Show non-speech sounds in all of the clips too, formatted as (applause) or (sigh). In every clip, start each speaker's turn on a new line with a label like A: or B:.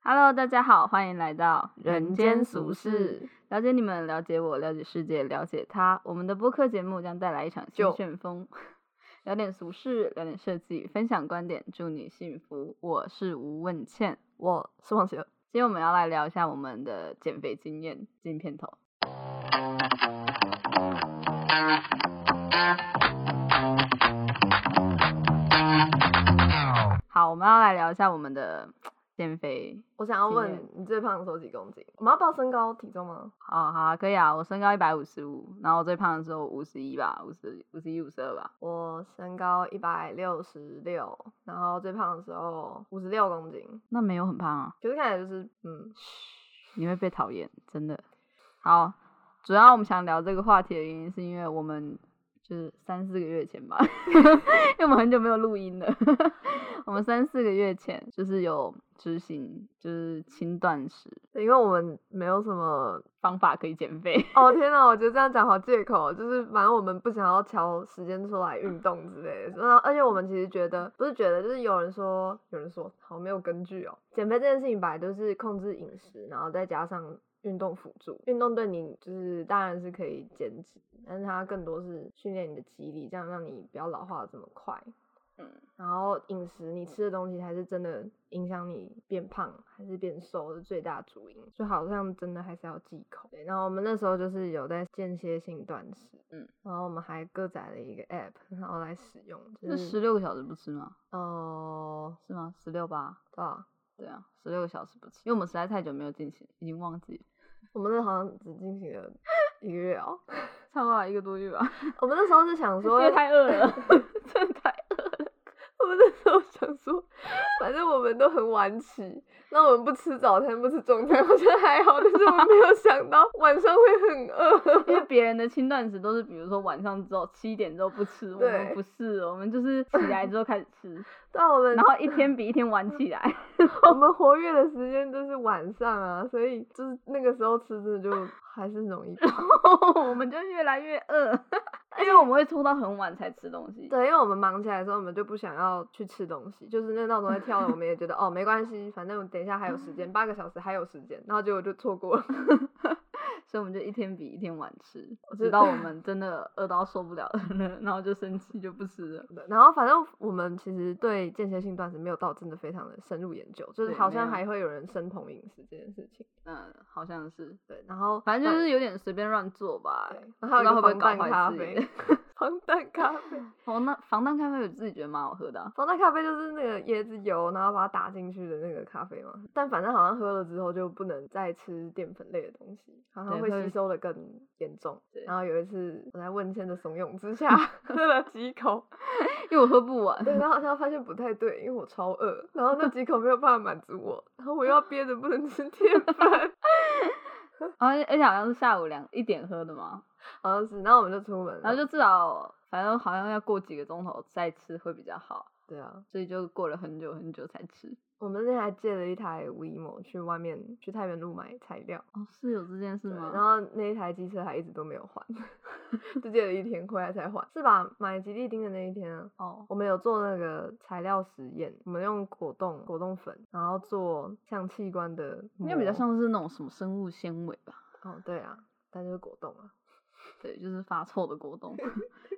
A: Hello，大家好，欢迎来到
B: 人间俗事，
A: 了解你们，了解我，了解世界，了解他。我们的播客节目将带来一场新
B: 就
A: 旋风，聊点俗事，聊点设计，分享观点，祝你幸福。我是吴问倩，
B: 我是王雪。
A: 今天我们要来聊一下我们的减肥经验，进片头。好，我们要来聊一下我们的减肥
B: 我想要
A: 经
B: 问
A: 验
B: 你最胖的时候几公斤？我们要报身高体重吗？
A: 哦，好、啊，可以啊。我身高一百五十五，然后我最胖的时候五十一吧，五十五十一、五十二吧。
B: 我身高一百六十六，然后最胖的时候五十六公斤，
A: 那没有很胖啊，
B: 可是看起来就是嗯， (laughs)
A: 你会被讨厌，真的。好，主要我们想聊这个话题的原因，是因为我们就是三四个月前吧，因为我们很久没有录音了。我们三四个月前就是有执行就是轻断食
B: 对因为我们没有什么。
A: 方法可以减肥，
B: (laughs) 哦天哪，我觉得这样讲好借口哦，就是反正我们不想要瞧时间出来运动之类的。然后而且我们其实觉得不是觉得，就是有人说有人说好没有根据哦，减肥这件事情本来就是控制饮食，然后再加上运动辅助，运动对你就是当然是可以减脂，但是它更多是训练你的肌力，这样让你不要老化的这么快。
A: 嗯，
B: 然后饮食你吃的东西才是真的影响你变胖还是变瘦的最大主因，就好像真的还是要忌口。对，然后我们那时候就是有在间歇性断食，
A: 嗯，
B: 然后我们还各载了一个 app，然后来使用，就是
A: 十六个小时不吃吗？
B: 哦，
A: 是吗？十六吧？
B: 对啊，
A: 对啊，十六个小时不吃，因为我们实在太久没有进行，已经忘记了。
B: 我们那好像只进行了一个月哦。
A: 差不多啊一个多月吧，
B: 我们那时候是
A: (laughs)
B: 想说
A: 因为太饿了，真的太饿
B: 我们那时候想说，反正我们都很晚起，那我们不吃早餐，不吃中餐，好像还好，但是我们没有想到晚上会很饿。
A: 了。因为别人的轻断食都是，比如说晚上之后七点之后不吃，我们
B: 对
A: 不是，我们就是起来之后开始吃，
B: 但我们
A: 然后一天比一天晚起来。
B: 我们活跃的时间就是晚上啊，所以就是那个时候吃真的就还是容易胖。 (laughs)
A: 我们就越来越饿，因为我们会拖到很晚才吃东西。
B: 对，因为我们忙起来的时候，我们就不想要去吃东西，就是那闹钟在跳了，我们也觉得哦没关系，反正等一下还有时间，八个小时还有时间，然后结果就错过了。 (laughs)
A: 所以我们就一天比一天晚吃，
B: 这
A: 直到我们真的饿到受不了了， (laughs) 然后就生气就不吃了。
B: 然后反正我们其实对间歇性断食没有到真的非常的深入研究，就是
A: 对
B: 好
A: 没
B: 像
A: 有
B: 还会有人生酮饮食这件事情。
A: 嗯，好像是，
B: 对，然后
A: 反正
B: 那
A: 就是有点随便乱做吧。
B: 对，然后还
A: 不知道会
B: 有一
A: 不
B: 个
A: 会
B: 防
A: 搞
B: 弹
A: 坏
B: 咖
A: 自己
B: 啡， (laughs) 防弹咖啡。
A: 防弹防弹咖啡我自己觉得蛮好喝的啊、
B: 防弹咖啡就是那个椰子油，然后把它打进去的那个咖啡嘛。但反正好像喝了之后就不能再吃淀粉类的东西，好像
A: 对
B: 会
A: 会
B: 吸收的更严重
A: 对。
B: 然后有一次我在问倩的怂恿之
A: (laughs)
B: 下喝了几口，
A: 因为我喝不完。
B: 对，然后好像发现不太对，因为我超饿，然后那几口没有办法满足我，然后我又要憋着不
A: (laughs)
B: 能吃淀粉，
A: 啊而且而且好像是下午两一点喝的嘛，
B: 好像是。然后我们就出门了，
A: 然后就至少反正好像要过几个钟头再吃会比较好，
B: 对啊，
A: 所以就过了很久很久才吃。
B: 我们那天还借了一台 WeMo 去外面去太原路买材料。
A: 哦，是有这件事
B: 对
A: 吗？
B: 然后那一台机车还一直都没有还， (laughs) 就借了一天回来才还，是吧？买吉利丁的那一天啊，
A: 哦，
B: 我们有做那个材料实验，我们用果冻、果冻粉，然后做像器官的
A: 应
B: 膜，
A: 该比较像是那种什么生物纤维吧？
B: 哦，对啊，但就是果冻啊，
A: 对，就是发臭的果冻。 (laughs)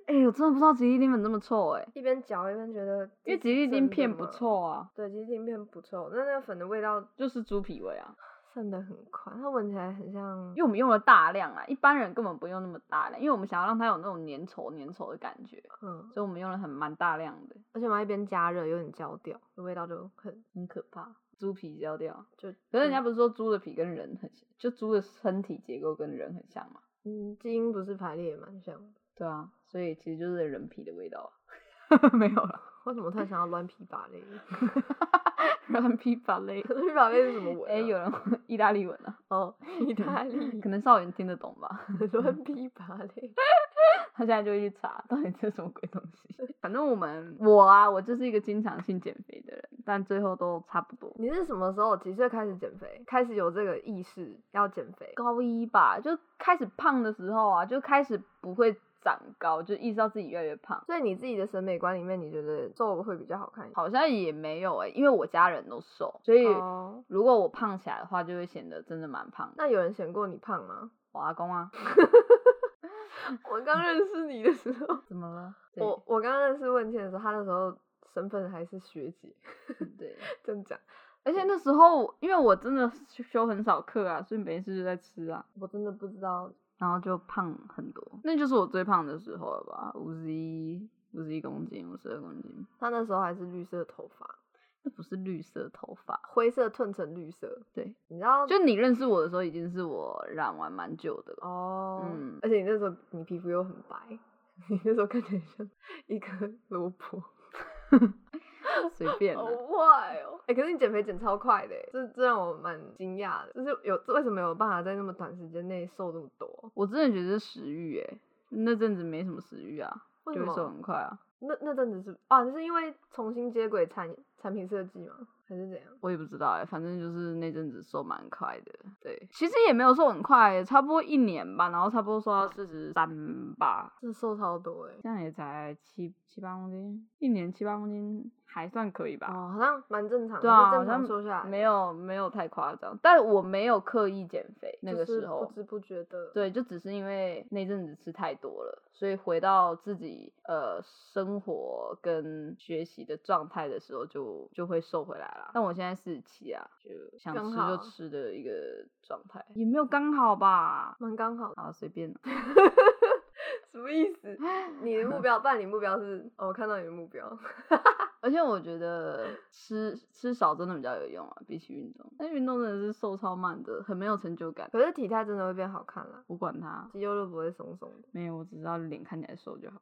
A: 哎、我真的不知道吉利丁粉这么臭哎、
B: 一边嚼一边觉得，
A: 因为吉利丁片不，臭啊，
B: 对，吉利丁片不臭，那那个粉的味道
A: 就是猪皮味啊。
B: 散的很快，它闻起来很像
A: 因，为我们用了大量啊，一般人根本不用那么大量，因为我们想要让它有那种粘稠粘稠的感觉，
B: 嗯，
A: 所以我们用了很蛮大量的，
B: 而且我们还一边加热，有点焦掉，味道就很
A: 很可怕。猪皮焦掉，
B: 就，
A: 可是人家
B: 嗯
A: 不是说猪的皮跟人很像，就猪的身体结构跟人很像嘛？
B: 嗯，基因不是排列也蛮像的。
A: 对啊，所以其实就是人皮的味道啊。 (laughs) 没有了，
B: 为什么突然想要乱皮把 (laughs) 嘞？
A: 人皮法类。
B: 乱皮把嘞是什么文、啊？
A: 哎、有人会意大利文啊，
B: 哦，意大利嗯
A: 可能少人听得懂吧。
B: 乱皮把嘞。
A: 他现在就会去查到底这是什么鬼东西。 (laughs) 反正我们
B: 嗯
A: 我啊，我就是一个经常性减肥的人，但最后都差不多。
B: 你是什么时候几岁开始减肥？开始有这个意识要减肥？
A: 高一吧，就开始胖的时候啊，就开始不会长高，就意识到自己越来越胖。
B: 所以你自己的审美观里面，你觉得瘦会比较好看一点？
A: 好像也没有哎、因为我家人都瘦，所以
B: 哦，
A: 如果我胖起来的话，就会显得真的蛮胖的。
B: 那有人嫌过你胖吗？
A: 我阿公啊，
B: (laughs) 我刚认识你的时 (laughs) 候，
A: 怎么了？对
B: 我我刚认识问倩的时候，她那时候身份还是学姐，
A: 嗯
B: (laughs)
A: 对，
B: 这样讲，
A: 而且那时候因为我真的修修很少课啊，所以没事就在吃啊，
B: 我真的不知道。
A: 然后就胖很多。那就是我最胖的时候了吧？五十一，五十一公斤，五十二公斤。
B: 她那时候还是绿色头发，
A: 那不是绿色头发，
B: 灰色褪成绿色。
A: 对，
B: 你知道，
A: 就你认识我的时候，已经是我染完蛮久的了。
B: 哦，
A: 嗯
B: 而且你那时候你皮肤又很白，你那时候看起来像一颗 (laughs) 萝卜，
A: 随便啦，
B: 坏哦！哎、可是你减肥减超快的耶，欸这这让我蛮惊讶的，就是有为什么有办法在那么短时间内瘦这么多？
A: 我真的觉得是食欲诶、那阵子没什么食欲啊，
B: 为什
A: 就会瘦
B: 么？
A: 很快啊，
B: 那那阵子是啊，就是因为重新接轨产产品设计吗？还是怎样？
A: 我也不知道诶、欸反正就是那阵子瘦蛮快的。对，其实也没有瘦很快、欸，差不多一年吧，然后差不多瘦到四十三吧，
B: 这瘦超多哎。
A: 这样也才七七八公斤，一年七八公斤还算可以吧。
B: 哦，好像蛮正常的，
A: 啊对啊
B: 是正
A: 好
B: 常
A: 像
B: 瘦下来，
A: 没有没有太夸张，但我没有刻意减肥，那
B: 就
A: 个
B: 是
A: 时候
B: 不知不觉的，，
A: 对，就只是因为那阵子吃太多了，所以回到自己呃生活跟学习的状态的时候就，就会瘦回来啦。但我现在四十七啊，就想
B: 刚
A: 吃
B: 好
A: 就吃的一个状态，也没有刚好吧。
B: 蛮刚好的。
A: 好，随便啦。
B: 什么意思？你的目
A: (laughs)
B: 标，不然你目标是？哦，我看到你的目标。
A: 而且我觉得吃吃少真的比较有用啊，比起运动。但运动真的是瘦超慢的，很没有成就感。
B: 可是体态真的会变好看啦，
A: 我管它，
B: 肌肉就不会松松的。
A: 没有，我只知道脸看起来瘦就好，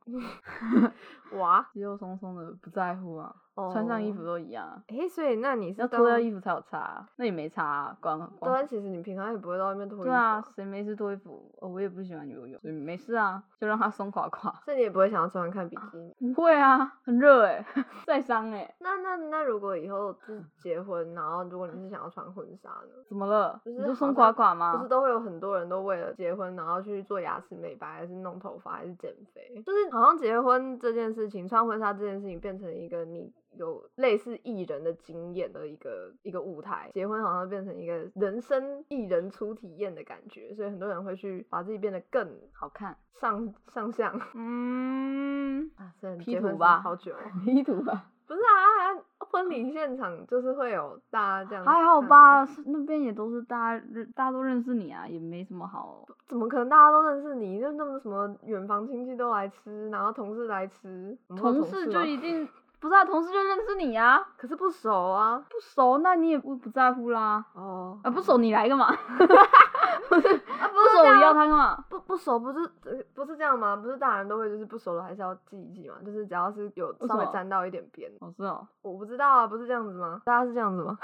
B: 哇，
A: 肌肉松松的不在乎啊，
B: 哦
A: 穿上衣服。都一样啊。
B: 诶，所以那你是
A: 要脱掉
B: 到
A: 衣服才有差、啊，那也没差、啊，光
B: 对
A: 光
B: 啊，其实你平常也不会到外面脱衣服、
A: 对啊，，谁没事脱衣服？哦，我也不喜欢游泳，所以没事啊，就让它松垮垮。
B: 所以你也不会想要穿看比基尼。
A: 不会啊，很热 (laughs) 哎、晒伤哎，
B: 那那那如果以后就是结婚，然后如果你是想要穿婚纱呢？
A: 怎么了？
B: 不是
A: 你说
B: 好
A: 松
B: 像
A: 垮垮
B: 不是
A: 吗？
B: 都会有很多人都为了结婚，然后去做牙齿美白，还是弄头发，还是减肥？就是好像结婚这件事情，穿婚纱这件事情，变成一个你有类似艺人的经验的一个一个舞台。结婚好像变成一个人生艺人初体验的感觉，所以很多人会去把自己变得更
A: 好看，
B: 上上相
A: (laughs) 嗯，
B: 啊。虽然
A: P
B: 结
A: 图
B: 婚是
A: 吧
B: 好 (laughs) 久哦，
A: 迷途吧，
B: 不是啊，啊婚礼现场就是会有大家这样，
A: 还好？吧，是那边也都是大家认，大家都认识你啊，也没什么好。
B: 怎么可能大家都认识你？就那么什么远房亲戚都来吃，然后同事来吃，我们会有
A: 同
B: 同
A: 事
B: 吗
A: 就一定 (laughs) 不是啊，同事就认识你啊，
B: 可是不熟啊。
A: 不熟那你也不不在乎啦，
B: 哦
A: 啊不熟你来干嘛？
B: 啊，
A: (laughs)
B: 不
A: 不
B: 是
A: 熟
B: 这
A: 你要
B: 样
A: 他干嘛？
B: 不不熟不是呃不是这样吗？不是大人都会就是不熟了还是要记一记嘛，就是只要是有
A: 为
B: 稍微
A: 什么
B: 沾到一点边，
A: 哦是哦，
B: 我不知道啊，不是这样子吗？大家是这样子吗？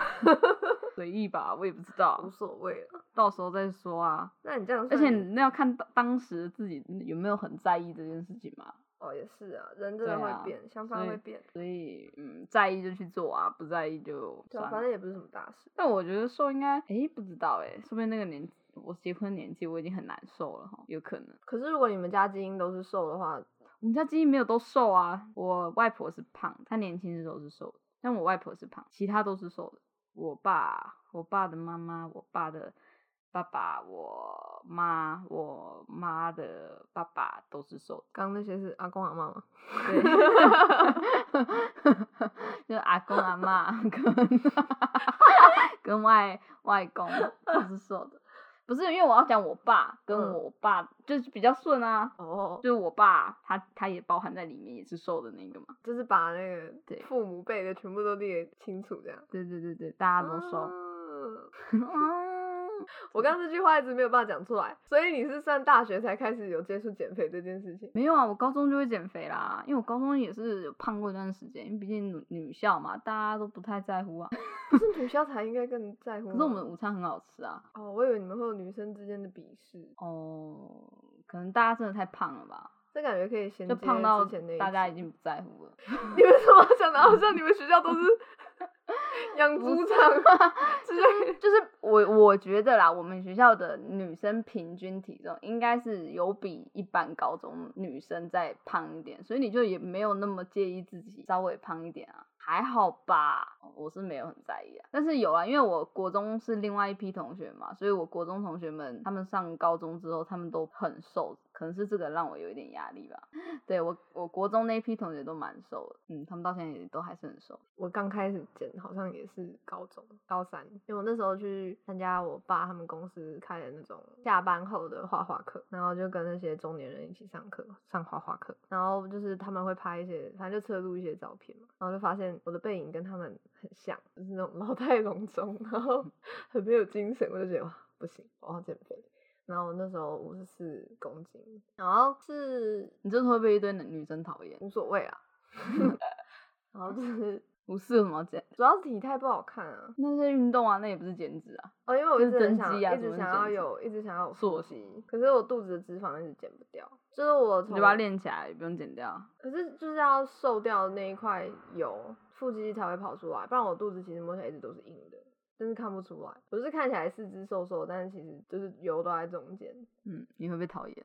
B: (laughs)
A: 随意吧，我也不知道
B: 无，所谓了。
A: 到时候再说啊。
B: 那你这样
A: 而
B: 算，
A: 且那要看当当时自己嗯有没有很在意这件事情嘛，
B: 哦也是啊，人真的
A: 对啊
B: 会变，想法
A: 所以
B: 会变，
A: 所以嗯，在意就去做啊，不在意就
B: 对啊，
A: 算了。
B: 反正也不是什么大事。
A: 但我觉得瘦应该，诶，不知道诶，说不定那个年我结婚年纪我已经很难瘦了哈，有可能。
B: 可是如果你们家基因都是瘦的话，
A: 我们家基因没有都瘦啊，我外婆是胖，她年轻的时候是瘦的，但我外婆是胖，其他都是瘦的。我爸、我爸的妈妈、我爸的爸爸、我妈、我妈的爸爸都是瘦的。
B: 刚刚那些是阿公阿妈吗？
A: 对， (laughs) 就是阿公阿妈跟跟外外公都是瘦的。不是，因为我要讲我爸跟
B: 嗯
A: 我爸、就是比较顺啊，
B: 哦，
A: 就是我爸他他也包含在里面，也是瘦的那个嘛。
B: 就是把那个
A: 对
B: 父母辈的全部都列清楚这样。
A: 对对对对，大家都说，
B: 嗯
A: (laughs) 嗯，
B: 我刚刚这句话一直没有办法讲出来，所以你是上大学才开始有接触减肥这件事情？
A: 没有啊，我高中就会减肥啦，因为我高中也是有胖过一段时间，因为毕竟女女校嘛，大家都不太在乎啊。
B: 不是女校才应该更在乎吗？
A: 可是我们午餐很好吃啊，
B: 哦，我以为你们会有女生之间的鄙视，
A: 哦，可能大家真的太胖了吧，
B: 这感觉可以衔
A: 就
B: 接
A: 胖到
B: 之前那一
A: 大家
B: 集
A: 已经不在乎了。
B: 你们怎么想的？好像你们学校都是 (laughs) 养猪场 (laughs)
A: (laughs)
B: 之类的。
A: 就是我我觉得啦，我们学校的女生平均体重应该是有比一般高中女生再胖一点，所以你就也没有那么介意自己稍微胖一点啊，还好吧，我是没有很在意啊。但是有啊，因为我国中是另外一批同学嘛，所以我国中同学们他们上高中之后，他们都很瘦，可能是这个让我有一点压力吧。对我我国中那一批同学都蛮瘦的，嗯，他们到现在也都还是很瘦。
B: 我刚开始减好像也是高中高三，因为我那时候去参加我爸他们公司开的那种下班后的画画课，然后就跟那些中年人一起上课上画画课，然后就是他们会拍一些，反正就侧录一些照片嘛，然后就发现我的背影跟他们很像，就是那种脑袋笼中，然后很没有精神，我就觉得哇不行，我要减肥。然后我那时候五十四公斤，然后是
A: 你真的会被一堆女女生讨厌？
B: 无所谓啊， (laughs) 然后就是
A: 不是有什么减，
B: 主要是体态不好看啊。
A: 那是运动啊，那也不是减脂啊。
B: 哦，因为我
A: 就
B: 一
A: 是
B: 直
A: 增
B: 很想，
A: 肌啊
B: 一
A: 怎么会
B: 直想
A: 减
B: 要
A: 脂
B: 有，一直想要有
A: 塑
B: 腹
A: 形
B: 肌，可是我肚子的脂肪一直减不掉，就是我
A: 你
B: 从
A: 就把它练起来，也不用剪掉。啊
B: 可是就是要瘦掉的那一块油，腹肌才会跑出来，不然我肚子其实摸起来一直都是硬的，真是看不出来。我是看起来四肢瘦瘦，但是其实就是油都在中间。
A: 嗯，你会被讨 (laughs) 厌，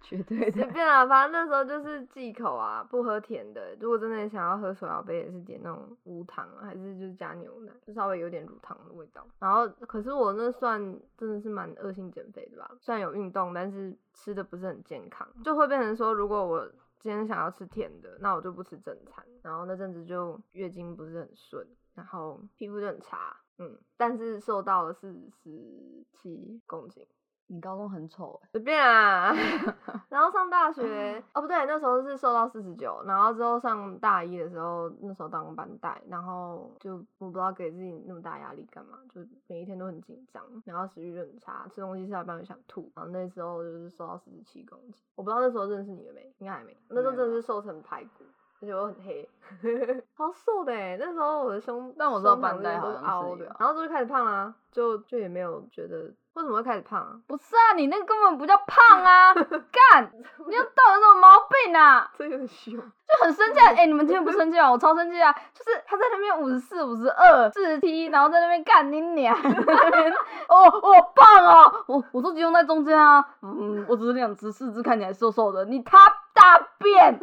A: 绝对
B: 随
A: 的。
B: 便啦，反正那时候就是忌口啊，不喝甜的。如果真的想要喝手摇杯，也是点那种无糖，啊还是就是加牛奶，就稍微有点乳糖的味道。然后，可是我那算真的是蛮恶性减肥的吧，虽然有运动，但是吃的不是很健康，就会变成说，如果我今天想要吃甜的，那我就不吃正餐，然后那阵子就月经不是很顺，然后皮肤就很差。嗯，但是瘦到了四十七公斤。
A: 你高中很丑欸、
B: 随
A: (laughs)
B: 便啊。然后上大学，哦不对，那时候是瘦到四十九，然后之后上大一的时候，那时候当班带，然后就我不知道给自己那么大压力干嘛，就每一天都很紧张，然后食欲就很差，吃东西吃到一半就想吐，然后那时候就是瘦到四十七公斤，我不知道那时候认识你了没，应该还没，那时候真的是瘦成排骨。而且我很黑， (laughs) 超瘦的哎！那时候我的胸，
A: 但我知道
B: 胸膛
A: 板
B: 这
A: 带
B: 边都
A: 好
B: 是
A: 像是
B: 凹的
A: 有，
B: 然后就开始胖啦、啊就就也没有觉得为什么会开始胖啊，
A: 不是啊，你那个根本不叫胖啊！ (laughs) 干，你要到底有什么毛病啊？
B: 这个凶。
A: 就很生气、啊，
B: 嗯
A: 哎、你们今天不生
B: (laughs)
A: 气啊？我超生气啊！就是他在那边五十四、五十二、四十七，然后在那边干你
B: (laughs)
A: 娘，在那边哦，我胖哦，我我都集中在中间啊，嗯，我只是两只四肢看起来瘦瘦的，你他大
B: (laughs)
A: 便，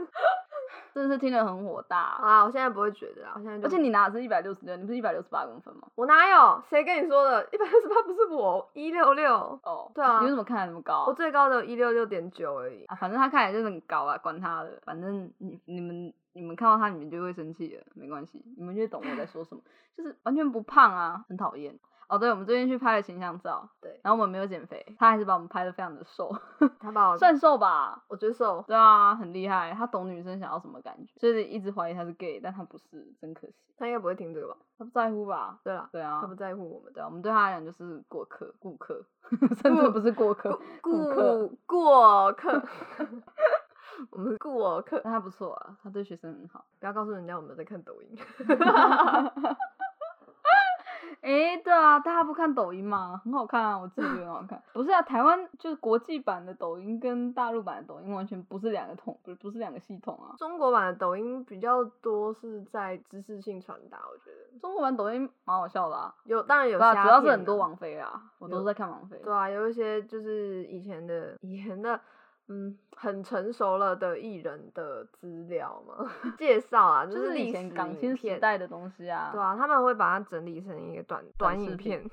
A: 真的是听了很火大啊、
B: 啊，我现在不会觉得啊，我现在就
A: 而且你拿的是一百六十六，你不是一百六十八公分吗？
B: 我哪有？谁跟你说的？一百六十八不是我，一六六，
A: 哦，
B: 对啊
A: 你为什么看起来那么高
B: 我
A: 啊？
B: 最高的一六六点九而已。
A: 啊，反正他看起来就是很高啊，管他的，反正你你们你们看到他，你们就会生气了，没关系，你们就会懂我在说什么，就是完全不胖啊，很讨厌。哦，对，我们最近去拍了形象照，
B: 对，
A: 然后我们没有减肥，他还是把我们拍的非常的瘦， (laughs)
B: 他把我，
A: 算瘦吧？
B: 我觉得瘦，
A: 对啊，很厉害，他懂女生想要什么感觉，就是一直怀疑他是 gay，但他不是，真可惜，
B: 他应该不会听这个吧？
A: 他不在乎吧？
B: 对啦，
A: 对啊，
B: 他不在乎我们的
A: 对啊，我们对他来讲就是过客、顾客， (laughs) 甚至不是过客，顾客。
B: 顾过客，我们是过客，
A: 但他不错啊，他对学生很好。
B: 不要告诉人家我们在看抖音。
A: 诶，对啊，大家不看抖音吗？很好看啊，我自己觉得很好看。不是啊，台湾就是国际版的抖音跟大陆版的抖音完全不是两个统，不是不是两个系统啊。
B: 中国版的抖音比较多是在知识性传达，我觉得
A: 中国版抖音蛮好笑的啊，
B: 有，当然有
A: 对啊，
B: 虾
A: 主要是
B: 片
A: 很多
B: 啊
A: 王菲啊，我都
B: 有
A: 是在看王菲。
B: 对啊，有一些就是以前的以前的，嗯，很成熟了的艺人的资料嘛， (laughs) 介绍啊，
A: 就是是以
B: 历
A: 前
B: 史
A: 港
B: 影
A: 星时
B: 片，
A: 代的东西啊，
B: 对啊，他们会把它整理成一个短
A: 短
B: 短
A: 视频
B: 影片，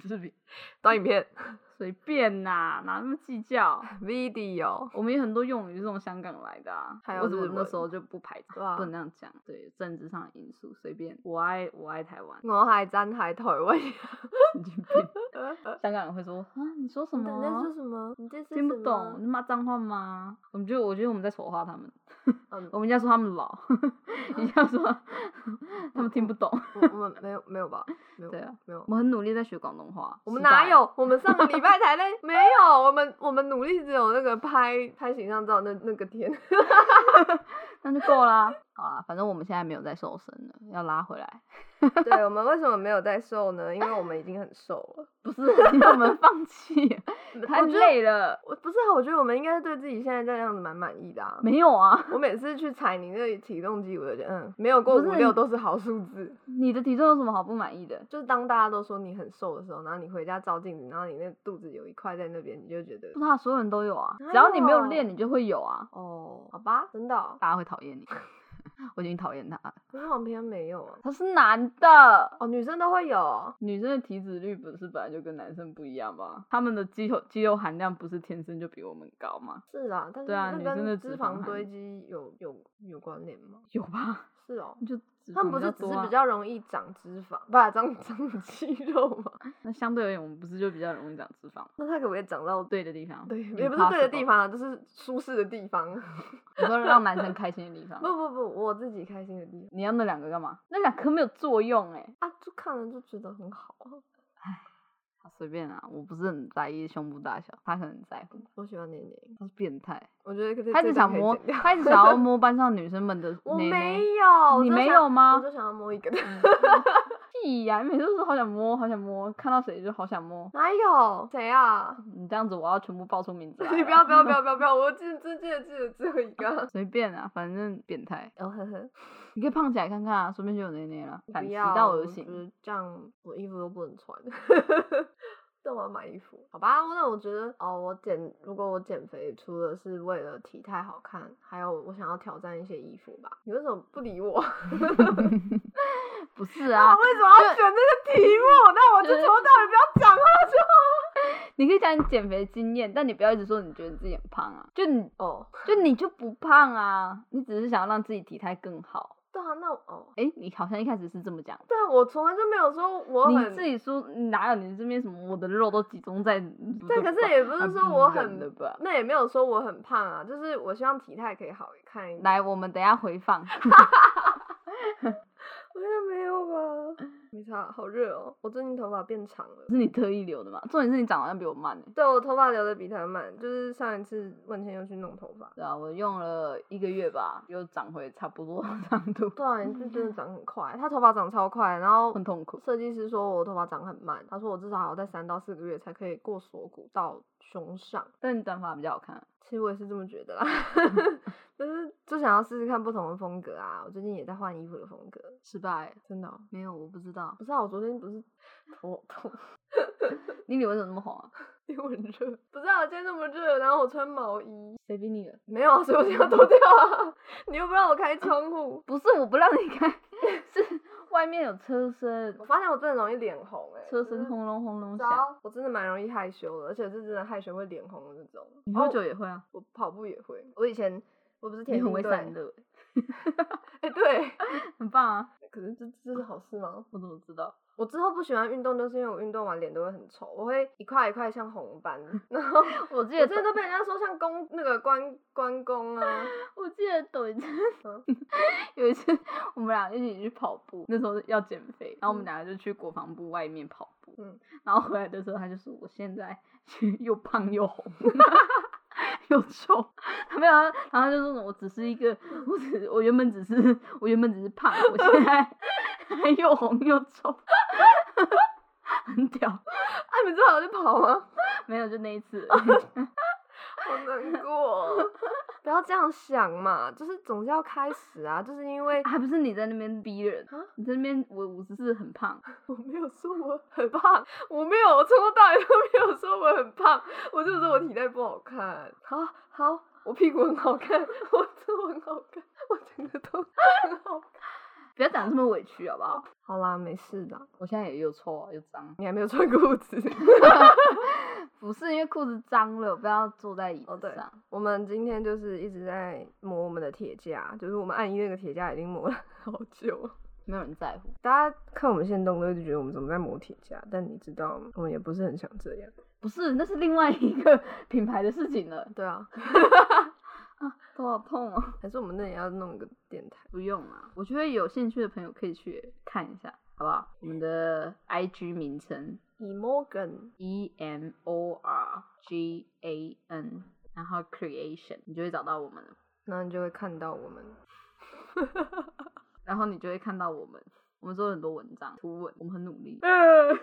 A: 短视频，
B: 短影片 (laughs)
A: 随便呐、哪那么计较？
B: video，
A: 我们有很多用语是从香港来的啊，
B: 还有
A: 为什么
B: 日
A: 那
B: 文
A: 时候就不排除
B: 对啊，
A: 不能这样讲，对政治上的因素随便。我爱我爱台湾 (laughs)
B: 我还站喺台湾，
A: 神经病。香港人会说啊，你说什么
B: 你在
A: 啊
B: 说？什么？你在说
A: 听不
B: 什
A: 懂，
B: 么啊
A: 你骂脏话吗？我们觉得，我觉得我们在丑化他们。
B: 嗯
A: 我们一下说他们老， (laughs) 一下说他们听不
B: (laughs)
A: 懂。
B: 我
A: (laughs)
B: 我们没有没有吧？没有
A: 对啊，
B: 没有
A: 我。们很努力在学广东话，
B: 我们
A: 失
B: 哪
A: 败？
B: 有？我们上个礼拜才在 (laughs) 没有，我们我们努力只有那个拍拍形象照那那个天，
A: 那就够啦。好啦，反正我们现在没有在瘦身了，要拉回来。
B: 对我们为什么没有在瘦呢？因为我们已经很瘦了。嗯
A: 不是让我们放弃，太
B: (laughs) 我觉得
A: 累了。
B: 我不是啊，我觉得我们应该对自己现在这样子蛮满意的啊。
A: 没有啊，
B: 我每次去踩你那里体重机，我就觉得嗯，没有过
A: 不
B: 五
A: 是
B: 六都是好数字。
A: 你的体重有什么好不满意的？
B: 就是当大家都说你很瘦的时候，然后你回家照镜子，然后你那肚子有一块在那边，你就觉得
A: 不知道，所有人都有啊，
B: 哪
A: 只要你没有
B: 有
A: 练，你就会有啊。
B: 哦，好吧，真的哦、
A: 大家会讨
B: (laughs)
A: 厌你，我已经讨厌他了。
B: 可是好像偏没有啊。
A: 他是男的，
B: 哦，女生都会有哦，
A: 女生的体脂率不是本来就跟男生不一样吗？他们的肌肉肌肉含量不是天生就比我们高吗？
B: 是啦，但是
A: 对啊
B: 那
A: 女生的
B: 跟
A: 脂
B: 脂
A: 肪
B: 肪
A: 含
B: 堆积有有有关联吗？
A: 有吧？ (laughs)
B: 是哦，
A: 就脂
B: 他
A: 肪
B: 们不
A: 比较
B: 是只
A: 多
B: 是
A: 啊
B: 比较容易长脂肪，不是 (laughs) 长长肌肉吗？
A: 那相对而言，我们不是就比较容易长脂肪吗？
B: 那他可不可以长到
A: 对的地方，
B: 对，也不是对的地
A: Impossible，
B: 方啊，就是舒适的地方。啊
A: 你说让男生开心的地方
B: (laughs) 不。不不，我自己开心的地方
A: 你要那两个干嘛？那两颗没有作用哎、
B: 啊，就看了就觉得很好啊。
A: 好随便啊，我不是很在意胸部大小，他可能在乎，
B: 我喜欢年龄，
A: 他是变态，
B: 我觉得可以。
A: 他一
B: 这
A: 直想
B: 段可以
A: 摸，
B: 剪
A: (laughs)
B: 掉
A: 他一直想要摸班上女生们的
B: 我
A: 奶奶
B: 没。有，
A: 你
B: 我就
A: 没
B: 想
A: 有吗
B: 我就想要摸一个，
A: (laughs) 屁呀、你每次都说好想摸，好想摸，看到谁就好想摸。
B: 哪有
A: (laughs)
B: 谁啊？
A: 你这样子，我要全部报出名字来了。
B: 你不要不要不要不要不要！我记只记得记得只有一
A: (laughs)
B: 个。
A: 随便啊，反正变态，
B: 哦呵呵，
A: 你可以胖起来看看啊，说不定就有内内了。反
B: 不
A: 其
B: 要，
A: 道而
B: 我觉
A: 行，
B: 得这样我衣服都不能穿。但我要买衣服，好吧？那我觉得哦，我减如果我减肥，除了是为了体态好看，还有我想要挑战一些衣服吧。你为什么不理我？ (laughs)
A: 啊不是啊？
B: 为什么要选这个题目？那我就从头到尾不要讲话就好。
A: 你可以讲你减肥经验，但你不要一直说你觉得自己很胖啊，就你
B: 哦，
A: 就你就不胖啊，你只是想要让自己体态更好。
B: 对啊，那我哦，
A: 诶，你好像一开始是这么讲的，
B: 对啊，我从来就没有说我
A: 你
B: 很
A: 自己说哪有你这边什么我的肉都集中在，
B: 对，
A: 对
B: 可是也不是说我很
A: 的吧？
B: 那也没有说我很胖啊，就是我希望体态可以好看一点。
A: 来，我们等一下回放，
B: 我觉得没有吧？没差，好热哦！我最近头发变长了，
A: 是你特意留的嘛？重点是你长得好像比我慢、欸。
B: 对我头发留的比他慢，就是上一次问倩又去弄头发。
A: 对啊，我用了一个月吧，又长回差不多的 (laughs) 长度，
B: 对啊，你是真的长很快，他头发长超快，然后
A: 很痛苦。
B: 设计师说我头发长很慢，他说我至少还要在三到四个月才可以过锁骨到胸上。
A: 但你短发比较好看，啊
B: 其实我也是这么觉得啦，但是 (laughs) 就想要试试看不同的风格啊。我最近也在换衣服的风格，
A: 失败
B: 真的哦、
A: 没有？我不知道。
B: 不是啊，我昨天不是 (laughs) 头痛，
A: 你脸为什么那么红啊？
B: 因为我很热。不是啊，今天那么热，然后我穿毛衣，
A: 谁逼你的？
B: 没有啊，所以我就要脱掉啊。 (laughs) 你又不让我开窗户，
A: 不是我不让你开，是外面有车声
B: 我，发现我真的容易脸红哎、欸，
A: 车
B: 就是
A: 声轰隆轰隆
B: 只要
A: 响。
B: 我真的蛮容易害羞的，而且是真的害羞会脸红的那种。
A: 你
B: 然
A: 喝
B: 后
A: 酒也会啊？
B: 我跑步也会。我以前我不是田
A: 你很
B: 径
A: 会
B: 队，
A: 散热欸，
B: 哎、对，
A: 很棒啊！
B: 可是这这是好事吗？
A: 我怎么知道？
B: 我之后不喜欢运动，就是因为我运动完脸都会很丑，我会一块一块像红斑，然
A: (laughs)
B: 后
A: 我记得
B: 我真的都被人家说像公那个关关公
A: (laughs)
B: 啊。
A: 我记得抖音 (laughs)
B: 嗯
A: 有一次我们俩一起去跑步，那时候要减肥，然后我们两个就去国防部外面跑步，
B: 嗯
A: 然后回来的时候他就说我现在 (laughs) 又胖又红。又臭，他 (laughs) 没有，啊然后他就说我只是一个，我只我原本只是我原本只是胖，我现在 (laughs) 还又红又臭， (laughs) 很屌，
B: 啊，你们知道我去跑吗？
A: 没有就那一次而已， (laughs)
B: 好难过哦、 (laughs) 不要这样想嘛，就是总是要开始啊，就是因为
A: 还不是你在那边逼人
B: 啊，
A: 你在那边我五十四很胖，
B: (laughs) 我没有说我 (laughs) 很胖，我没有，我从头到尾都没有说我很胖，我就是说我体态不好看。好好，我屁股很好看，我肚很好看，我整个都很好看。
A: 不要讲这么委屈好不好？
B: 好啦，没事的，
A: 我现在也又臭啊又脏，
B: 你还没有穿裤子。 (laughs)
A: 不是因为裤子脏了，不要坐在椅
B: 哦
A: 子
B: 对
A: 上。
B: 我们今天就是一直在磨我们的铁架，就是我们按一那个铁架已经磨了好久。
A: 没有人在乎，
B: 大家看我们现动都会觉得我们怎么在磨铁架，但你知道吗？我们也不是很想这样。
A: 不是，那是另外一个 (laughs) 品牌的事情了。
B: 对啊，
A: 啊，头好痛哦！
B: 还是我们那也要弄一个电台。
A: 不用啊，我觉得有兴趣的朋友可以去看一下，好不好？我们的 I G 名称
B: 以 Morgan
A: E M O R G A N，然后 Creation，你就会找到我们了，
B: 那你就会看到我们。
A: 然 (laughs) 后你就会看到我们。我们做了很多文章、图文，我们很努力。
B: 嗯，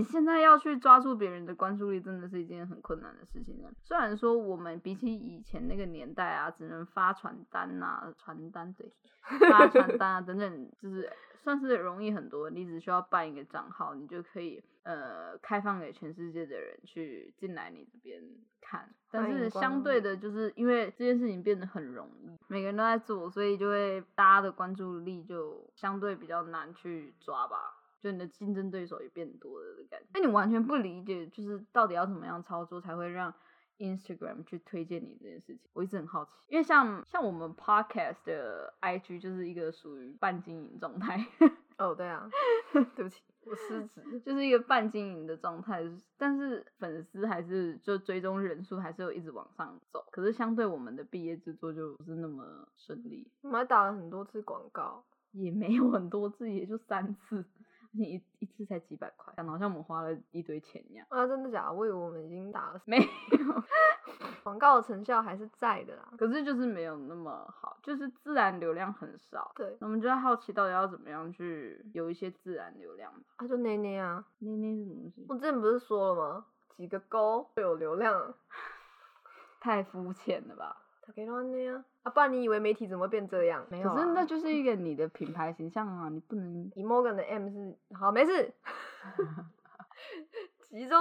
A: 哎、现在要去抓住别人的关注力，真的是一件很困难的事情了。虽然说我们比起以前那个年代啊，只能发传单呐、传单对，发传单啊等等，就是算是容易很多。你只需要办一个账号，你就可以呃开放给全世界的人去进来你这边看。但
B: 欢
A: 是
B: 迎光
A: 相对
B: 临
A: 的，就是因为这件事情变得很容易，每个人都在做，所以就会大家的关注力就相对比较难去抓吧。就你的竞争对手也变多了的感觉。那你完全不理解，就是到底要怎么样操作才会让 Instagram 去推荐你这件事情，我一直很好奇。因为像像我们 Podcast 的 IG 就是一个属于半经营状态，
B: 哦，对
A: (laughs)
B: 啊，对不起，我失职。
A: 就是一个半经营的状态，但是粉丝还是就追踪人数还是有一直往上走。可是相对我们的毕业制作就不是那么顺利，
B: 我们还打了很多次广告，
A: 也没有很多次，也就三次。而且一一次才几百块，讲得好像我们花了一堆钱一样。
B: 啊，真的假的？我以为我们已经打了，
A: 没有，
B: 广告的成效还是在的啦。
A: 可是就是没有那么好，就是自然流量很少。
B: 对，
A: 我们就在好奇到底要怎么样去有一些自然流量吧。
B: 啊，就捏捏啊，
A: 那那是什么东西
B: 我？之前不是说了吗？几个勾就有流量了，
A: 太肤浅了吧？
B: 他给到捏啊，啊，不然你以为媒体怎么会变这样？没有、
A: 可
B: 啊，
A: 是那就是一个你的品牌形象啊，你不能
B: 以 Morgan 的 M 是好，没
A: (laughs)
B: 事，集中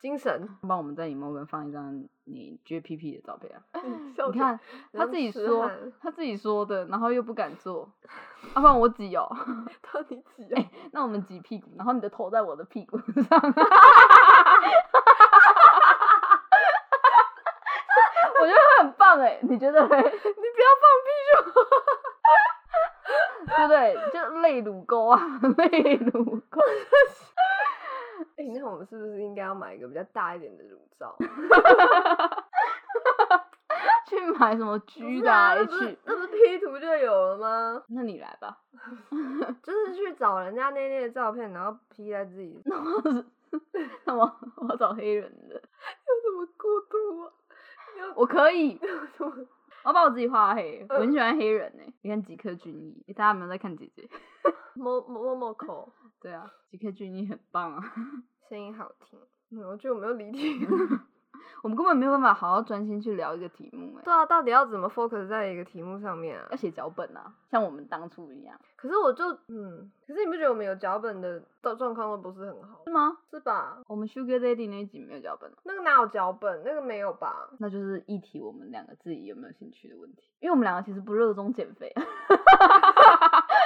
B: 精神。
A: 帮我们在 emoji 放一张你 JPP 的照片啊。
B: 你
A: (laughs) 你看他
B: 像
A: 自己
B: 痴
A: 说
B: 汉，
A: 他自己说的，然后又不敢
B: (laughs)
A: 做，要、不然我挤哦。 (laughs)
B: 到底几啊？
A: 那我们挤屁股，然后你的头在我的屁股上。 (laughs) 我觉得会很棒哎，你觉得嘞？
B: (laughs) 你不要放屁就好。
A: 对不对？就肋乳沟啊，肋乳沟。
B: 哎、那我们是不是应该要买一个比较大一点的乳罩？
A: 去买什么
B: 不
A: G
B: 是
A: 的
B: 啊
A: 啊
B: 那不是
A: H？
B: 那不是 P 图就有了吗？
A: 那你来吧。 (laughs)
B: 就是去找人家那那的照片，然后 P 在自己，
A: 那我是那我我要找黑人的，
B: 有什么过度啊？
A: 我可以，
B: 有 (laughs) 什么？
A: 我要把我自己画黑。我很
B: 嗯
A: 喜欢黑人哎、你看吉克隽逸，诶大家有没有在看姐姐？
B: 摸摸摸口，
A: 对啊，吉克隽逸很棒啊。 (laughs)
B: 声音好听。嗯，我觉得我没有理 (laughs) 解。
A: 我们根本没有办法好好专心去聊一个题目哎、
B: 对啊，到底要怎么 focus 在一个题目上面啊
A: 要？写脚本啊，像我们当初一样，
B: 可是我就嗯，可是你不觉得我们有脚本的状状况都不是很好，
A: 是吗？
B: 是吧？
A: 我们 Sugar Daddy 那一集没有脚本啊，
B: 那个哪有脚本？那个没有吧？
A: 那就是一题我们两个自己有没有兴趣的问题，因为我们两个其实不热衷减肥， (laughs)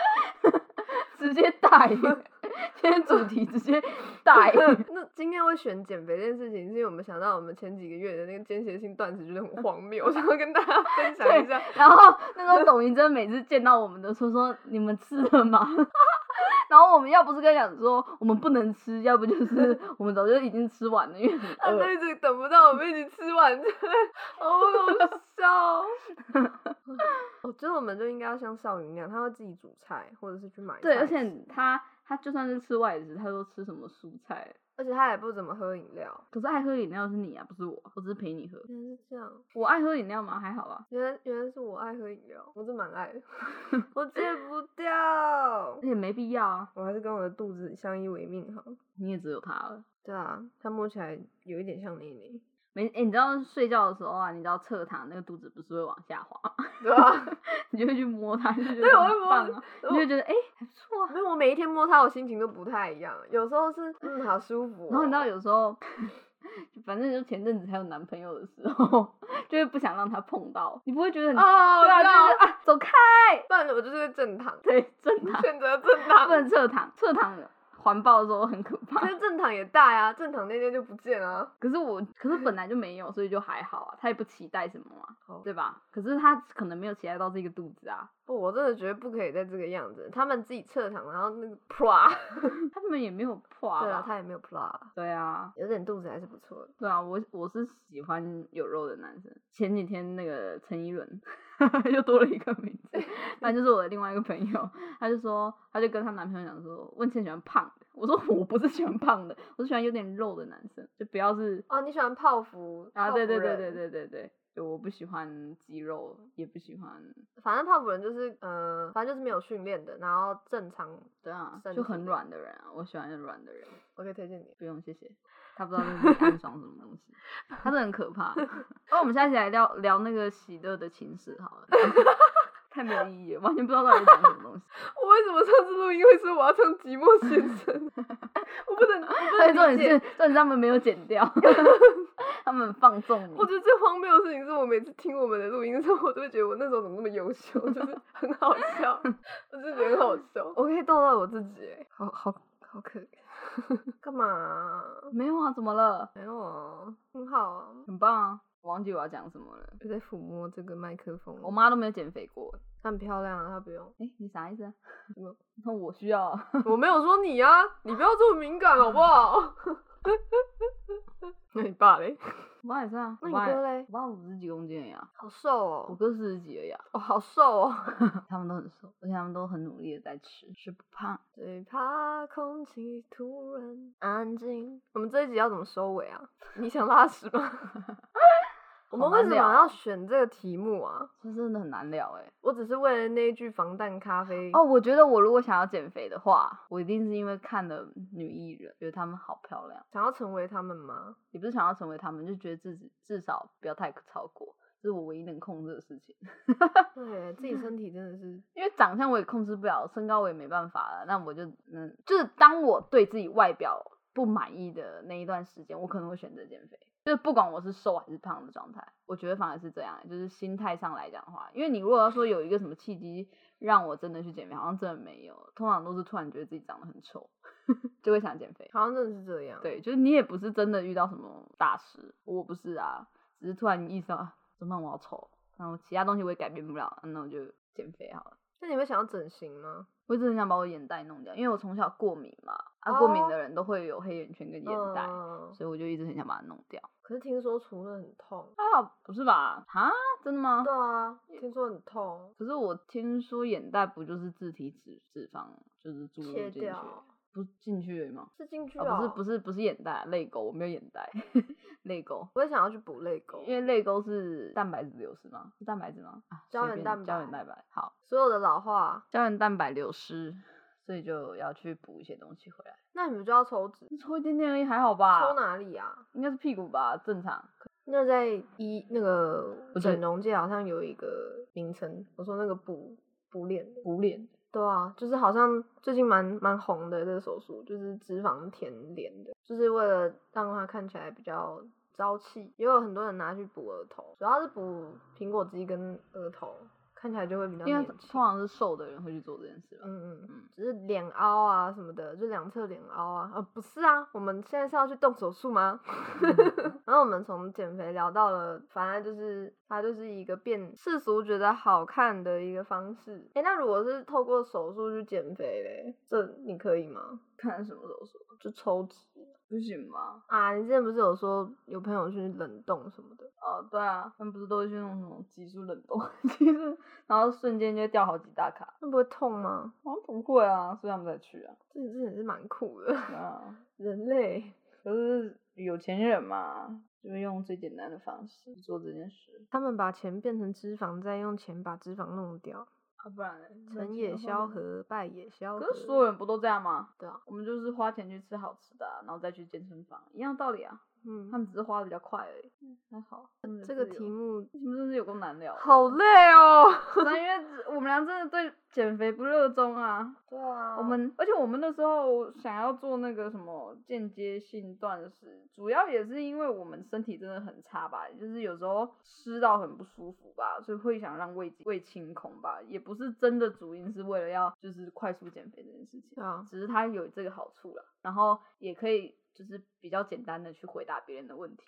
A: 直接带，今天主题直接带，
B: 那今天会选减肥这件事情，是因为我们想到我们前几个月的那个间歇性断食觉得
A: 嗯
B: 很荒谬，我想要跟大家分享一下。
A: (laughs) 然后那时候董明珍每次见到我们都说说你们吃了吗？ (laughs) 然后我们要不是跟她讲说我们不能吃，要不就是我们早就已经吃完了，因为很
B: (laughs) 他都
A: 饿。
B: 一直等不到我们一起吃完，真的好好笑
A: (laughs)
B: 哦。我觉得我们就应该要像少云那样，他会自己煮菜，或者是去买菜吃。
A: 对，而且他他就算是吃外食，他说吃什么蔬菜，
B: 而且他也不怎么喝饮料。
A: 可是爱喝饮料是你啊，不是我，我只是陪你喝。
B: 原来是这样，
A: 我爱喝饮料吗？还好啊吧。
B: 原来原来是我爱喝饮料，我是蛮爱的， (laughs) 我戒不掉
A: 而。且没必要啊，
B: 我还是跟我的肚子相依为命好。
A: 你也只有他了。
B: 对啊，它摸起来有一点像妮妮。
A: 没，哎诶你知道睡觉的时候啊，你知道侧躺那个肚子不是会往下滑， (laughs)
B: 对啊，
A: 你就会去摸它，就觉
B: 对
A: 得
B: 我会
A: 很
B: 摸
A: 棒啊，
B: 我
A: 你就会觉得哎、诶还不错啊。
B: 因为我每一天摸它，我心情都不太一样。有时候是嗯，好舒服哦、
A: 然后你知道有时候， (laughs) 反正就前阵子还有男朋友的时候， (laughs) 就会不想让他碰到，你不会觉得很、
B: 哦，
A: 对啊，就
B: 我知
A: 是
B: 道
A: 啊走开， (laughs)
B: 不然我就是会正躺，
A: 对正躺
B: 选择正
A: (laughs) 不
B: 躺。
A: 能侧躺，侧躺环抱的时候很可怕
B: 可。是正躺也大呀、正躺那天就不见啊。
A: 可是我，可是本来就没有，所以就还好啊，他也不期待什么啊，
B: 好
A: 对吧？可是他可能没有期待到这个肚子啊，
B: 不，哦我真的觉得不可以再这个样子。他们自己侧躺，然后那个 pra，
A: 他们也没有破啊
B: 对啊
A: 吧，
B: 他也没有 pra，
A: 对啊，
B: 有点肚子还是不错的。
A: 对啊，我我是喜欢有肉的男生。前几天那个陈依伦 (laughs) 又多了一个名字，反正就是我的另外一个朋友，他就说，他就跟她男朋友讲说，问倩喜欢胖的，我说我不是喜欢胖的，我是喜欢有点肉的男生，就不要是
B: 哦，你喜欢泡芙？
A: 啊，
B: 泡
A: 对
B: 芙
A: 对对
B: 人
A: 对对对对，就我不喜欢肌肉，也不喜欢
B: 反正泡芙人就是，嗯、反正就是没有训练的，然后正常，
A: 对啊，
B: 身
A: 就
B: 体
A: 很
B: 的
A: 软的人啊，我喜欢软的人。
B: 我可以推荐你。
A: 不用谢谢，他不知道自
B: (laughs)
A: 己暗爽什么东西，他真的很可怕。那我们下一期来聊聊那个喜乐的情史好了， (laughs) 太没有意义了，完全不知道到底在讲什么东西。
B: 我为什么上次录音会说我要唱《寂寞先
A: (laughs)
B: 生》？我不能，我
A: 而且
B: 不
A: 重
B: 能
A: 点是
B: 理解。，
A: 重点是他们没有剪
B: (laughs)
A: 掉，他们很放纵你
B: 我。觉得最荒谬的事情是我每次听我们的录音的时候，我都会觉得我那时候怎么那么优秀，
A: (laughs)
B: 就是很好笑，我就觉得很好笑。我可以逗到我自己欸，好好好可
A: (laughs)
B: 怜。干嘛啊、
A: 没有啊，怎么了？
B: 没有啊，很好啊。
A: 很棒啊！我忘记我要讲什么了。
B: 我在抚摸这个麦克风，
A: 我妈都没有减肥过。
B: 她很漂亮啊，她不
A: (laughs)
B: 用。
A: 哎、你啥意思啊
B: 什么？
A: 那我需要啊。
B: 我没有说你啊，你不要这么敏感好不好？ (laughs) 那你爸嘞？
A: 我爸也是啊。我
B: 那你
A: 爸也
B: 哥嘞
A: 我爸五十几公斤而已啊，
B: 好瘦
A: 我
B: 哦，
A: 哥四十几而已啊。 (laughs)
B: 哦，好瘦哦。 (laughs)
A: 他们都很瘦，而且他们都很努力的在吃，吃不胖。
B: 最怕空气突然安静。我们这一集要怎么收尾啊？你想拉屎
A: (laughs)
B: 吗？我们
A: 好
B: 为
A: 难
B: 什么
A: 聊
B: 要
A: 哦
B: 选这个题目啊？
A: 这真的很难聊哎、
B: 我只是为了那一句防弹咖啡
A: 哦，，我觉得我如果想要减肥的话，我一定是因为看了女艺人，觉得她们好漂亮，
B: 想要成为他们
A: (laughs)
B: 吗？
A: 也不是想要成为她们，就觉得自己至少不要太超过，这是我唯一能控制的事情。
B: 对，自
A: 嗯
B: 己身体真的是
A: 因为长相我也控制不了，身高我也没办法了，那我就嗯，就是当我对自己外表不满意的那一段时间，我可能会选择减肥，就是不管我是瘦还是胖的状态，我觉得反而是这样，就是心态上来讲的话，因为你如果要说有一个什么契机让我真的去减肥，好像真的没有，通常都是突然觉得自己长得很丑， (laughs) 就会想减肥。
B: 好像真的是这样。，
A: 对，就是你也不是真的遇到什么大事，我不是啊，只是突然意识到啊怎么办我好丑，然后其他东西我也改变不了，那我就减肥好了。
B: 那你会想要整形吗？
A: 我一直很想把我眼袋弄掉，因为我从小过敏嘛，啊，过敏
B: 哦
A: 的人都会有黑眼圈跟眼袋，
B: 嗯
A: 所以我就一直很想把它弄掉。
B: 可是听说除了很痛。
A: 还好不是吧？啊，真的吗
B: 对？啊，听说很痛，
A: 可是我听说眼袋不就是自体脂脂肪就是注入
B: 切
A: 进去，
B: 掉
A: 不是进去而已吗？
B: 是进去哦
A: 啊，不是不
B: 是，
A: 是不是眼袋，泪沟，我没有眼
B: (laughs)
A: 袋，泪沟。
B: 我也想要去补泪沟
A: 因。为泪沟是蛋白质流失吗？是蛋白质吗？啊，
B: 胶
A: 随
B: 原
A: 便
B: 蛋
A: 胶原
B: 白
A: 蛋白，好，
B: 所有的老化，
A: 胶原蛋白流失，所以就要去补一些东西回来。
B: 那你们就要抽脂，
A: 抽一点点而已，还好吧？
B: 抽哪里啊？
A: 应该是屁股吧，正常。
B: 那在医那个
A: 不是
B: 整容界好像有一个名称，我说那个补补脸的，
A: 补脸，
B: 对啊，就是好像最近蛮蛮红的这个手术，就是脂肪填脸的，就是为了让它看起来比较朝气，也有很多人拿去补额头，主要是补苹果肌跟额头，看起来就会比较
A: 应该
B: 年
A: 是
B: 轻
A: 通。常是瘦的人会去做这件事吧。
B: 嗯嗯嗯
A: 嗯，
B: 只是脸凹啊什么的，就两侧脸凹啊，啊不是啊，我们现在是要去动手术吗？ (laughs)
A: 嗯
B: 然后我们从减肥聊到了，反正就是它就是一个变世俗觉得好看的一个方式。诶、那如果是透过手术去减肥嘞，这你可以吗？
A: 看什么时候啊说，
B: 就抽脂
A: 不行吗？
B: 啊？你之前不是有说有朋友去冷冻什么的？
A: 哦，对啊，他们不是都会去弄什么急速冷冻， (laughs) 其实然后瞬间就掉好几大卡，
B: 那不会痛吗？
A: 好像不会啊，所以他们才去啊。
B: 这这也是蛮酷的， (laughs)
A: 啊，
B: 人类。
A: 可是有钱人嘛，就是用最简单的方式去做这件事，
B: 他们把钱变成脂肪，再用钱把脂肪弄掉。
A: 啊，不然嘞
B: 成也萧。何，败也萧
A: 那钱的话呢
B: 何。
A: 可是所有人不都这样吗？
B: 对啊，
A: 我们就是花钱去吃好吃的啊、然后再去健身房，一样道理啊。他
B: 嗯，
A: 们只是花的比较快而已，嗯还好。他们的
B: 这个
A: 自由
B: 题目
A: 你们真是有够难聊的。
B: 好累哦。
A: 真的因为我们俩真的对减肥不热衷啊。
B: 对啊
A: 我们而且我们那时候想要做那个什么间接性断食，主要也是因为我们身体真的很差吧，就是有时候吃到很不舒服吧，所以会想让胃胃清空吧，也不是真的主因是为了要就是快速减肥这件事情。
B: 对啊，
A: 只是它有这个好处了，然后也可以就是比较简单的去回答别人的问
B: (laughs)
A: 题，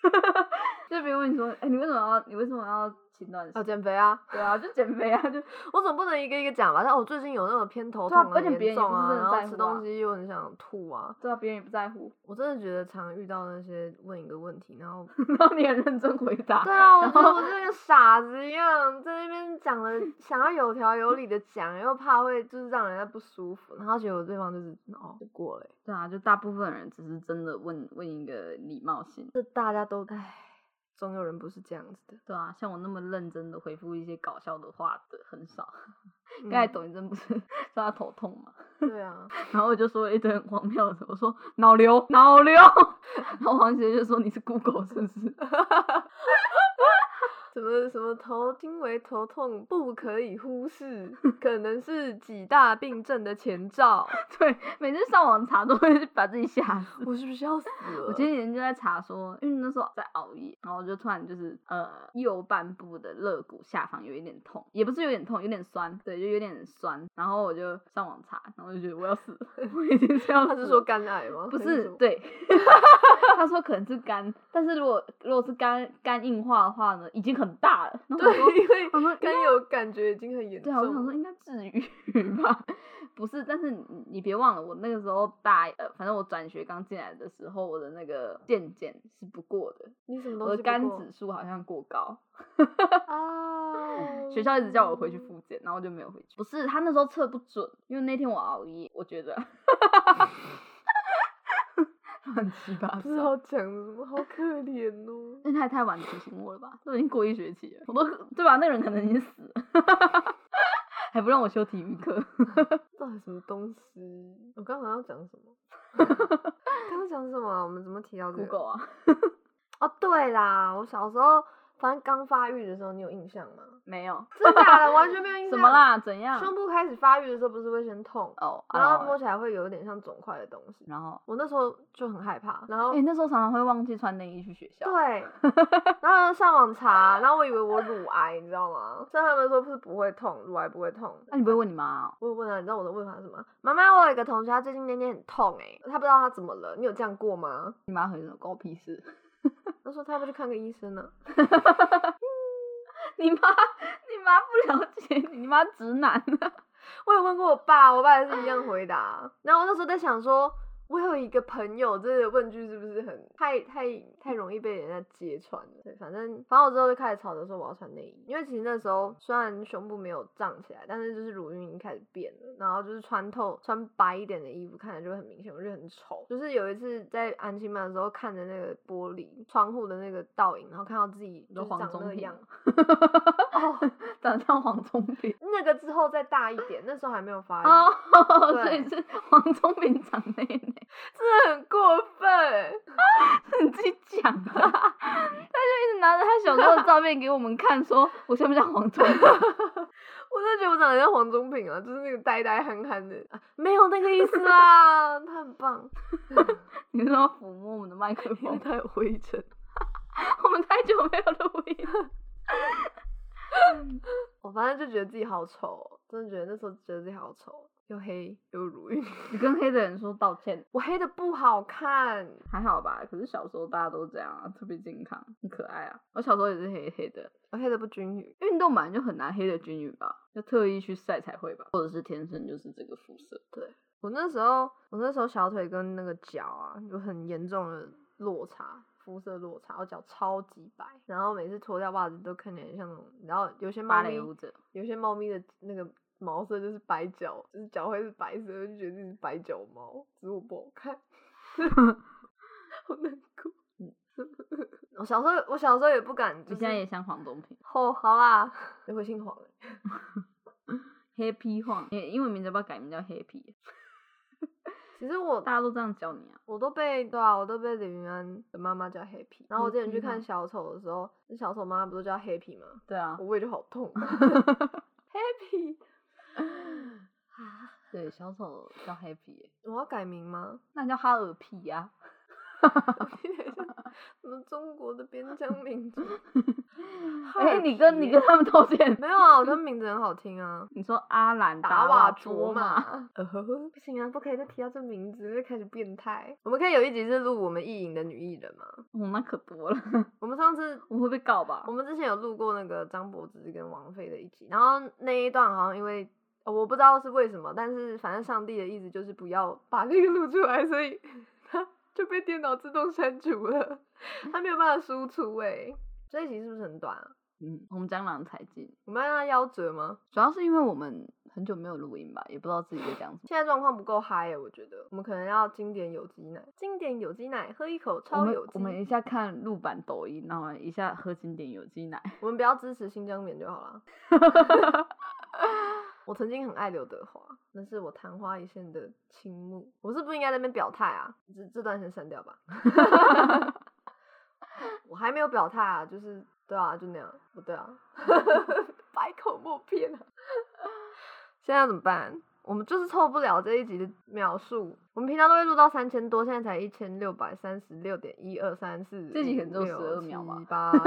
A: 就比如你说，哎、你为什么要你为什么要勤断食？
B: 要减肥啊！
A: 对啊，就减肥啊，就
B: 我总不能一个一个讲吧？但我最近有那种偏头
A: 对啊
B: 痛
A: 而且
B: 很
A: 别
B: 严
A: 人也
B: 重
A: 不
B: 啊，
A: 是真的在乎
B: 然后吃东
A: 啊
B: 西又很想吐啊。
A: 对啊，别人也不在乎， (laughs)
B: 我真的觉得常遇到那些问一个问题，然后
A: 然后你很认真回答，
B: 对啊，我
A: 然
B: 觉得
A: 后
B: 我就跟傻子一样，在那边
A: (laughs)
B: 讲了，想要有条有理的讲，又怕会就是让人家不舒服，然后结果对方就是哦就过了欸，
A: 对啊，就大部分人只是真的问问一个礼貌性，
B: 这大家都唉，总有人不是这样子的。
A: 对啊，像我那么认真的回复一些搞笑的话的很少。
B: 嗯
A: 刚才董一真不是 (laughs) 说他头痛嘛，
B: 对啊，
A: 然后我就说了一堆很荒谬的，我说脑瘤，脑瘤。然后黄学就说你是 Google 是不是？ (laughs)
B: 什么什么头颈为头痛不可以忽视，可能是几大病症的前兆。
A: 对，每次上网查都会把自己吓死。
B: 我是不是要死了？
A: 我前几天就在查说，因为那时候在熬夜，然后我就突然就是呃右半部的肋骨下方有一点痛，也不是有点痛，有点酸，对，就有点酸。然后我就上网查，然后就觉得我要死了，我已经这样。
B: (laughs) 他是说肝癌吗？
A: 不
B: 还
A: 是
B: 什么，
A: 对， (laughs) 他说可能是肝，但是如果如果是肝肝硬化的话呢，已经很大了。然后我
B: 对，
A: 说
B: 因为
A: 我说应
B: 肝有感觉已经很严
A: 对
B: 重
A: 啊，我想说
B: 了。
A: 应该至于 (laughs) 吧，不是，但是你你别忘了，我那个时候大呃，反正我转学刚进来的时候，我的那个健检是不过的，
B: 你什么
A: 我
B: 东
A: 的
B: 西不
A: 肝
B: 过
A: 指数好像过高，
B: 啊？
A: 学校一直叫我回去复检，然后我就没有回嗯去。不是，他那时候测不准，因为那天我熬夜，我觉得 (laughs) 乱七八
B: (laughs) 不知
A: 糟。
B: 道讲什么，好可怜哦。
A: 那他也太晚提醒我了吧？都已经过一学期了，我都对吧？那个人可能已经死了， (laughs) 还不让我修体育 (laughs) 课。
B: 到底什么东西？我刚刚要讲什么？嗯刚刚讲什么啊？我们怎么提到这个？
A: Google 啊，
B: 哦，对啦，我小时候反正刚发育的时候，你有印象吗？
A: 没有
B: 真的假的？完全没有印
A: 什
B: 象。
A: 么？啦？怎样？
B: 胸部开始发育的时候，不是会先痛，
A: 哦，
B: 然后
A: 啊
B: 摸起来会有一点像肿块的东西。
A: 然后，
B: 我那时候就很害怕，然后
A: 哎、那时候常常会忘记穿内衣去学校。 (laughs)
B: 对，然后上网查，然后我以为我乳癌，你知道吗？虽然他们说是不会痛，乳癌不会痛。
A: 那、你不会问你妈、哦？
B: 我有问啊，你知道我的问法是什么？妈妈，我有一个同学，他最近那天很痛哎、欸，他不知道他怎么了，你有这样过吗？
A: 你妈很关我屁事。
B: 他说他要不去看个医生呢、
A: 你妈，你妈不了解 (laughs) 你，你妈直男。啊 (laughs)
B: 我有问过我爸，我爸也是一样回答。然后我那时候在想说，我有一个朋友，这个问句是不是很太太太容易被人家揭穿了？对，反正反正我之后就开始吵着说我要穿内衣，因为其实那时候虽然胸部没有胀起来，但是就是乳晕已经开始变了，然后就是穿透穿白一点的衣服看起来就会很明显，我觉得很丑。就是有一次在安亲班的时候看着那个玻璃窗户的那个倒影，然后看到自己
A: 你
B: 就
A: 说
B: 是
A: 黄
B: 长那
A: 宗
B: 个
A: 平
B: 样
A: 吗，
B: 哦，
A: 长得像黄宗 (laughs) 平。
B: 那个之后再大一点，那时候还没有发育。
A: 哦， (laughs) 所
B: 对
A: 以是黄宗平长内内，
B: 真的很过分。
A: 是 (laughs) 你自己讲的。 (laughs) 他就一直拿着他小时候的照片给我们看，说我像不像黄宗平？ (laughs)
B: 我真的觉得我长得像黄宗平啊，就是那个呆呆憨憨的，啊、没有那个意思啦，他很棒。 (laughs)
A: 你说抚摸我们的麦克
B: 因为
A: 风，
B: 他有灰尘。
A: (laughs) 我们太久没有录音了。
B: 我反正就觉得自己好丑哦，真的觉得那时候觉得自己好丑，又黑又乳晕，
A: (laughs)
B: (laughs)
A: 你跟黑的人说道歉，
B: 我黑的不好看。
A: 还好吧？可是小时候大家都这样啊，特别健康，很可爱啊。我小时候也是黑黑的，
B: 我黑的不均匀，
A: 运动本来就很难黑的均匀吧，要特意去晒才会吧，或者是天生就是这个肤色。
B: 我那时候我那时候小腿跟那个脚啊有很严重的落差，肤色落差，我脚超级白，然后每次脱掉袜子都看起来像那种，然后有些猫
A: 芭
B: 咪
A: 蕾舞者，
B: 有些猫咪的那个毛色就是白脚，就是脚会是白色，我就觉得自己是白脚猫，只是我不
A: (laughs)
B: 好看，好难过。 (laughs) 我小时候，我小时候也不敢，
A: 嗯
B: 就
A: 你
B: 是
A: 现在也像黄宗平，
B: 哦，好啦， (laughs) 我姓黄欸，
A: 黑皮晃，你英文名字要不要改名叫黑皮？
B: 其实我
A: 大家都这样叫你啊。
B: 我都被对啊，我都被李云安的妈妈叫黑皮。然后我之前去
A: 嗯
B: 看小丑的时候，那小丑妈妈不是叫黑皮吗？
A: 对啊
B: 我，胃就好
A: (laughs)
B: 痛，happy 啊！
A: 对，小丑叫黑皮耶，
B: 我要改名吗？ (laughs)
A: 那叫哈尔皮啊呀、。
B: 有点像什么中国的边疆民族
A: (laughs) 哎、你跟你跟他们道歉，
B: 没有啊？我觉得名字很好听啊，
A: 你说阿兰
B: 达
A: 瓦
B: 瓦卓
A: 玛，
B: 玛。 (laughs) 呃呵呵，不行啊，不可以再提到这名字，会开始变态。我们可以有一集是录我们意淫的女艺人嘛？
A: 哦，那可多了，
B: 我们上次。
A: 我们会被告吧
B: 我？们之前有录过那个张柏芝跟王菲的一集，然后那一段好像因为、呃我不知道是为什么，但是反正上帝的意思就是不要把那个录出来，所以 (laughs) 它就被欸电脑自动删除了，它没有办法输出哎、这一集是不是很短啊？
A: 嗯，我们江郎才尽，
B: 我们要让它夭折吗？
A: 主要是因为我们很久没有录音吧，也不知道自己在讲什么。
B: 现在状况不够嗨耶，我觉得我们可能要经典有机奶，经典有机奶，喝一口
A: 我
B: 超
A: 们
B: 有机。
A: 我们一下看录版抖音，然后一下喝经典有机奶，
B: 我们不要支持新疆棉就好了。我曾经很爱刘德华，那是我昙花一现的倾慕。我是不应该在那边表态啊，这这段先删掉吧。 (laughs) 我还没有表态啊，就是对啊，就那样，不对啊， (laughs) 百口莫辩啊。现在要怎么办？我们就是凑不了这一集的描述。我们平常都会录到三千多，现在才一千六百三十六点一二三四，
A: 这集可能只有12秒吧
B: 七八九，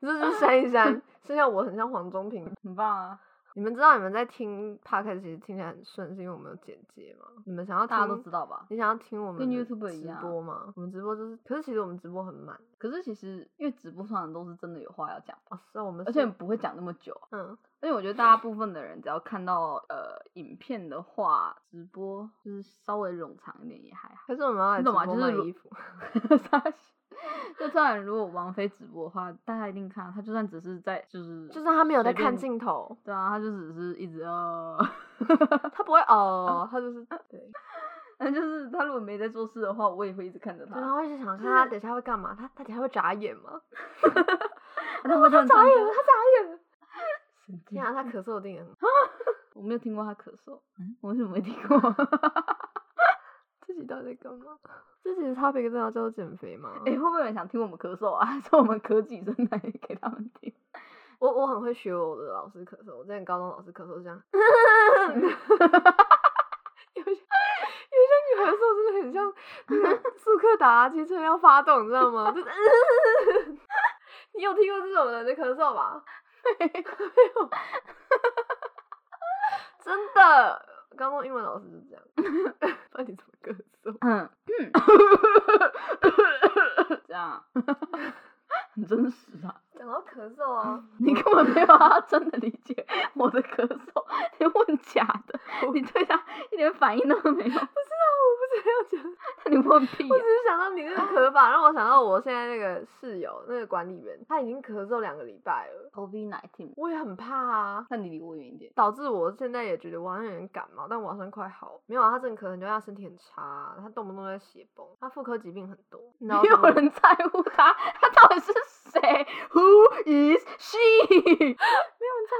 B: (laughs) 这就删一删。剩下我很像黄宗平。
A: 很棒啊！
B: 你们知道你们在听 podcast 其实听起来很顺，是因为我们有简介吗？你们想要听
A: 大家都知道吧？
B: 你想要听我们
A: 跟
B: 的
A: YouTuber 一
B: 直
A: 样啊
B: 播吗？我们直播就是，可是其实我们直播很慢
A: 可是其实因为直播通常都是真的有话要讲，
B: 哦，是啊我们
A: 而
B: 是
A: 且不会讲那么久啊。
B: 嗯，
A: 而且我觉得大部分的人只要看到呃影片的话，直播就是稍微冗长一点也还好。
B: 可是我们要来
A: 你
B: 直
A: 懂吗
B: 播
A: 就是
B: 卖
A: 如
B: 衣服，
A: (laughs) 傻笑就当然，如果王菲直播的话，大家一定看。她啊就算只是在就是
B: 就算他没有在
A: 随便
B: 看
A: (laughs)
B: 镜头，
A: 对啊，她就只是一直呃， (laughs)
B: 他不会哦，他就是对，
A: 那就是她如果没在做事的话，我也会一直看着她。
B: 然后一直想看他等一下会干嘛，他他等一下会眨眼
A: (laughs)
B: 吗？
A: 她会这样
B: 眨
A: 唱
B: 眼
A: 歌
B: 了，他眨眼了，
A: 神经
B: 天啊，他咳嗽一定很
A: 我没有听过她咳嗽，嗯，我为什么没听过？
B: (laughs) 自己到底在干
A: (laughs)
B: 嘛？自己的 topic 真的要叫做减肥吗？
A: 哎、会不会有人想听我们咳嗽啊？ (laughs) 说我们咳几声来给他们听？
B: 我我很会学我的老师咳嗽，我之前高中老师咳嗽是 (laughs) 这样，嗯有些有些女孩嗽真的很像那 (laughs) 个速克达机车要发动，你知道吗？就是 (laughs) 你有听过这种人的咳嗽 (laughs) 吧？没 (laughs) 有，真的，高中英文老师是这样， (laughs) 那你怎么咳嗽？
A: (laughs) 嗯， (laughs) 这样很真实啊！
B: 讲到咳嗽 (laughs) 啊，
A: 你根本没有办法真的理解我的咳嗽，你问假的，你对他一点反应都没有，
B: 我不知道要讲
A: 那你问屁、
B: 我
A: 啊
B: 只！是想到你那个咳法，让我想到我现在那个室友那个管理员，他已经咳嗽两个礼拜了，
A: COVID nineteen，
B: 我也很怕啊，
A: 那你离我远一点。
B: 导致我现在也觉得我好像有点感冒，但我好像快好。没有啊，他真的咳很久，他身体很差，啊他动不动就在血崩，他妇科疾病很多。你知道
A: 没有
B: 什么
A: 人在乎他，他到底是谁？Who is she？没有 (laughs) 人在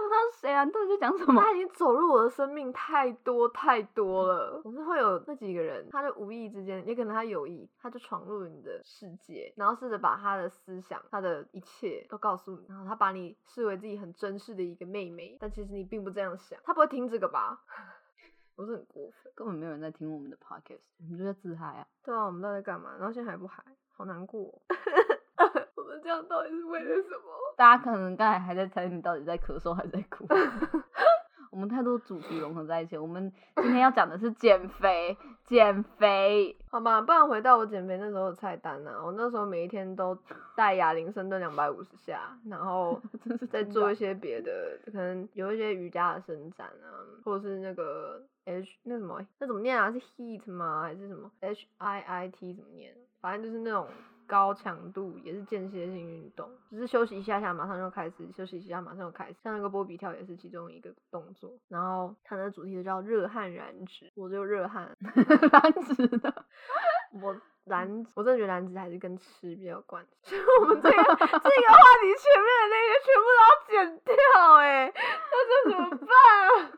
A: 乎他是谁啊！你到底在讲什么？
B: 他已经走入我的生命太多太多了。总是会有那几个人，他就无意之间，也可能他有意，他就闯入你的世界，然后试着把他的思想、他的一切都告诉你，然后他把你视为自己很珍视的一个妹妹，但其实你并不这样想。他不会听这个吧？ (laughs) 不是很过分？
A: 根本没有人在听我们的 podcast，我们就在自嗨啊！
B: 对啊，我们到底在干嘛？然后现在还不嗨，好难过哦、 (laughs) 我们这样到底是为了什么？
A: 大家可能刚才还在猜你到底在咳嗽还是在
B: (laughs)
A: 哭。我们太多主题融合在一起，我们今天要讲的是减肥，减肥。
B: 好吧，不然回到我减肥那时候的菜单啊，我那时候每一天都带哑铃深蹲两百五十下，然后
A: 真啊是
B: 再
A: 听
B: 做
A: 到 (laughs)
B: 一些别的，可能有一些瑜伽的伸展啊，或者是那个 H 那什么那怎么念啊？是 heat 吗？还是什么 H I I T 怎么念？反正就是那种高强度也是间歇性运动，只是休息一下下马上就开始，休息一下马上就开始。像那个波比跳也是其中一个动作，然后它的主题就叫热汗燃脂，我就热汗，
A: 蓝子的，
B: 我燃，我真的觉得燃脂还是跟吃比较有关系。 (laughs) 所以我们这个这个话题前面的那些全部都要剪掉、哎，那这怎么办啊？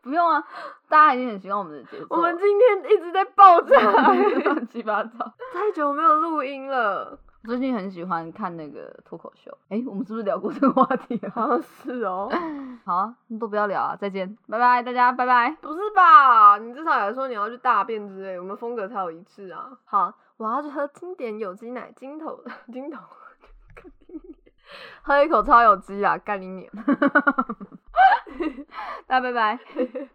A: 不用啊，大家已经很习惯我们的节奏了。啊
B: (laughs) 我 (laughs) 们今天一直在爆炸、哎
A: (laughs) 乱七八糟。
B: (laughs) 太久没有录音 (laughs) 了，
A: 我最近很喜欢看那个脱口秀，诶，我们是不是聊过这个话题啊？
B: 好像是 (laughs) 哦，
A: 好啊，那都不要聊啊，再见，拜拜，大家拜拜。
B: 不是吧？你至少也说你要去大便之类，我们风格才有一致啊。好，我要去喝经典有机奶，金头金头， (laughs) 喝一口超有机啊，干你娘！
A: 大家拜拜。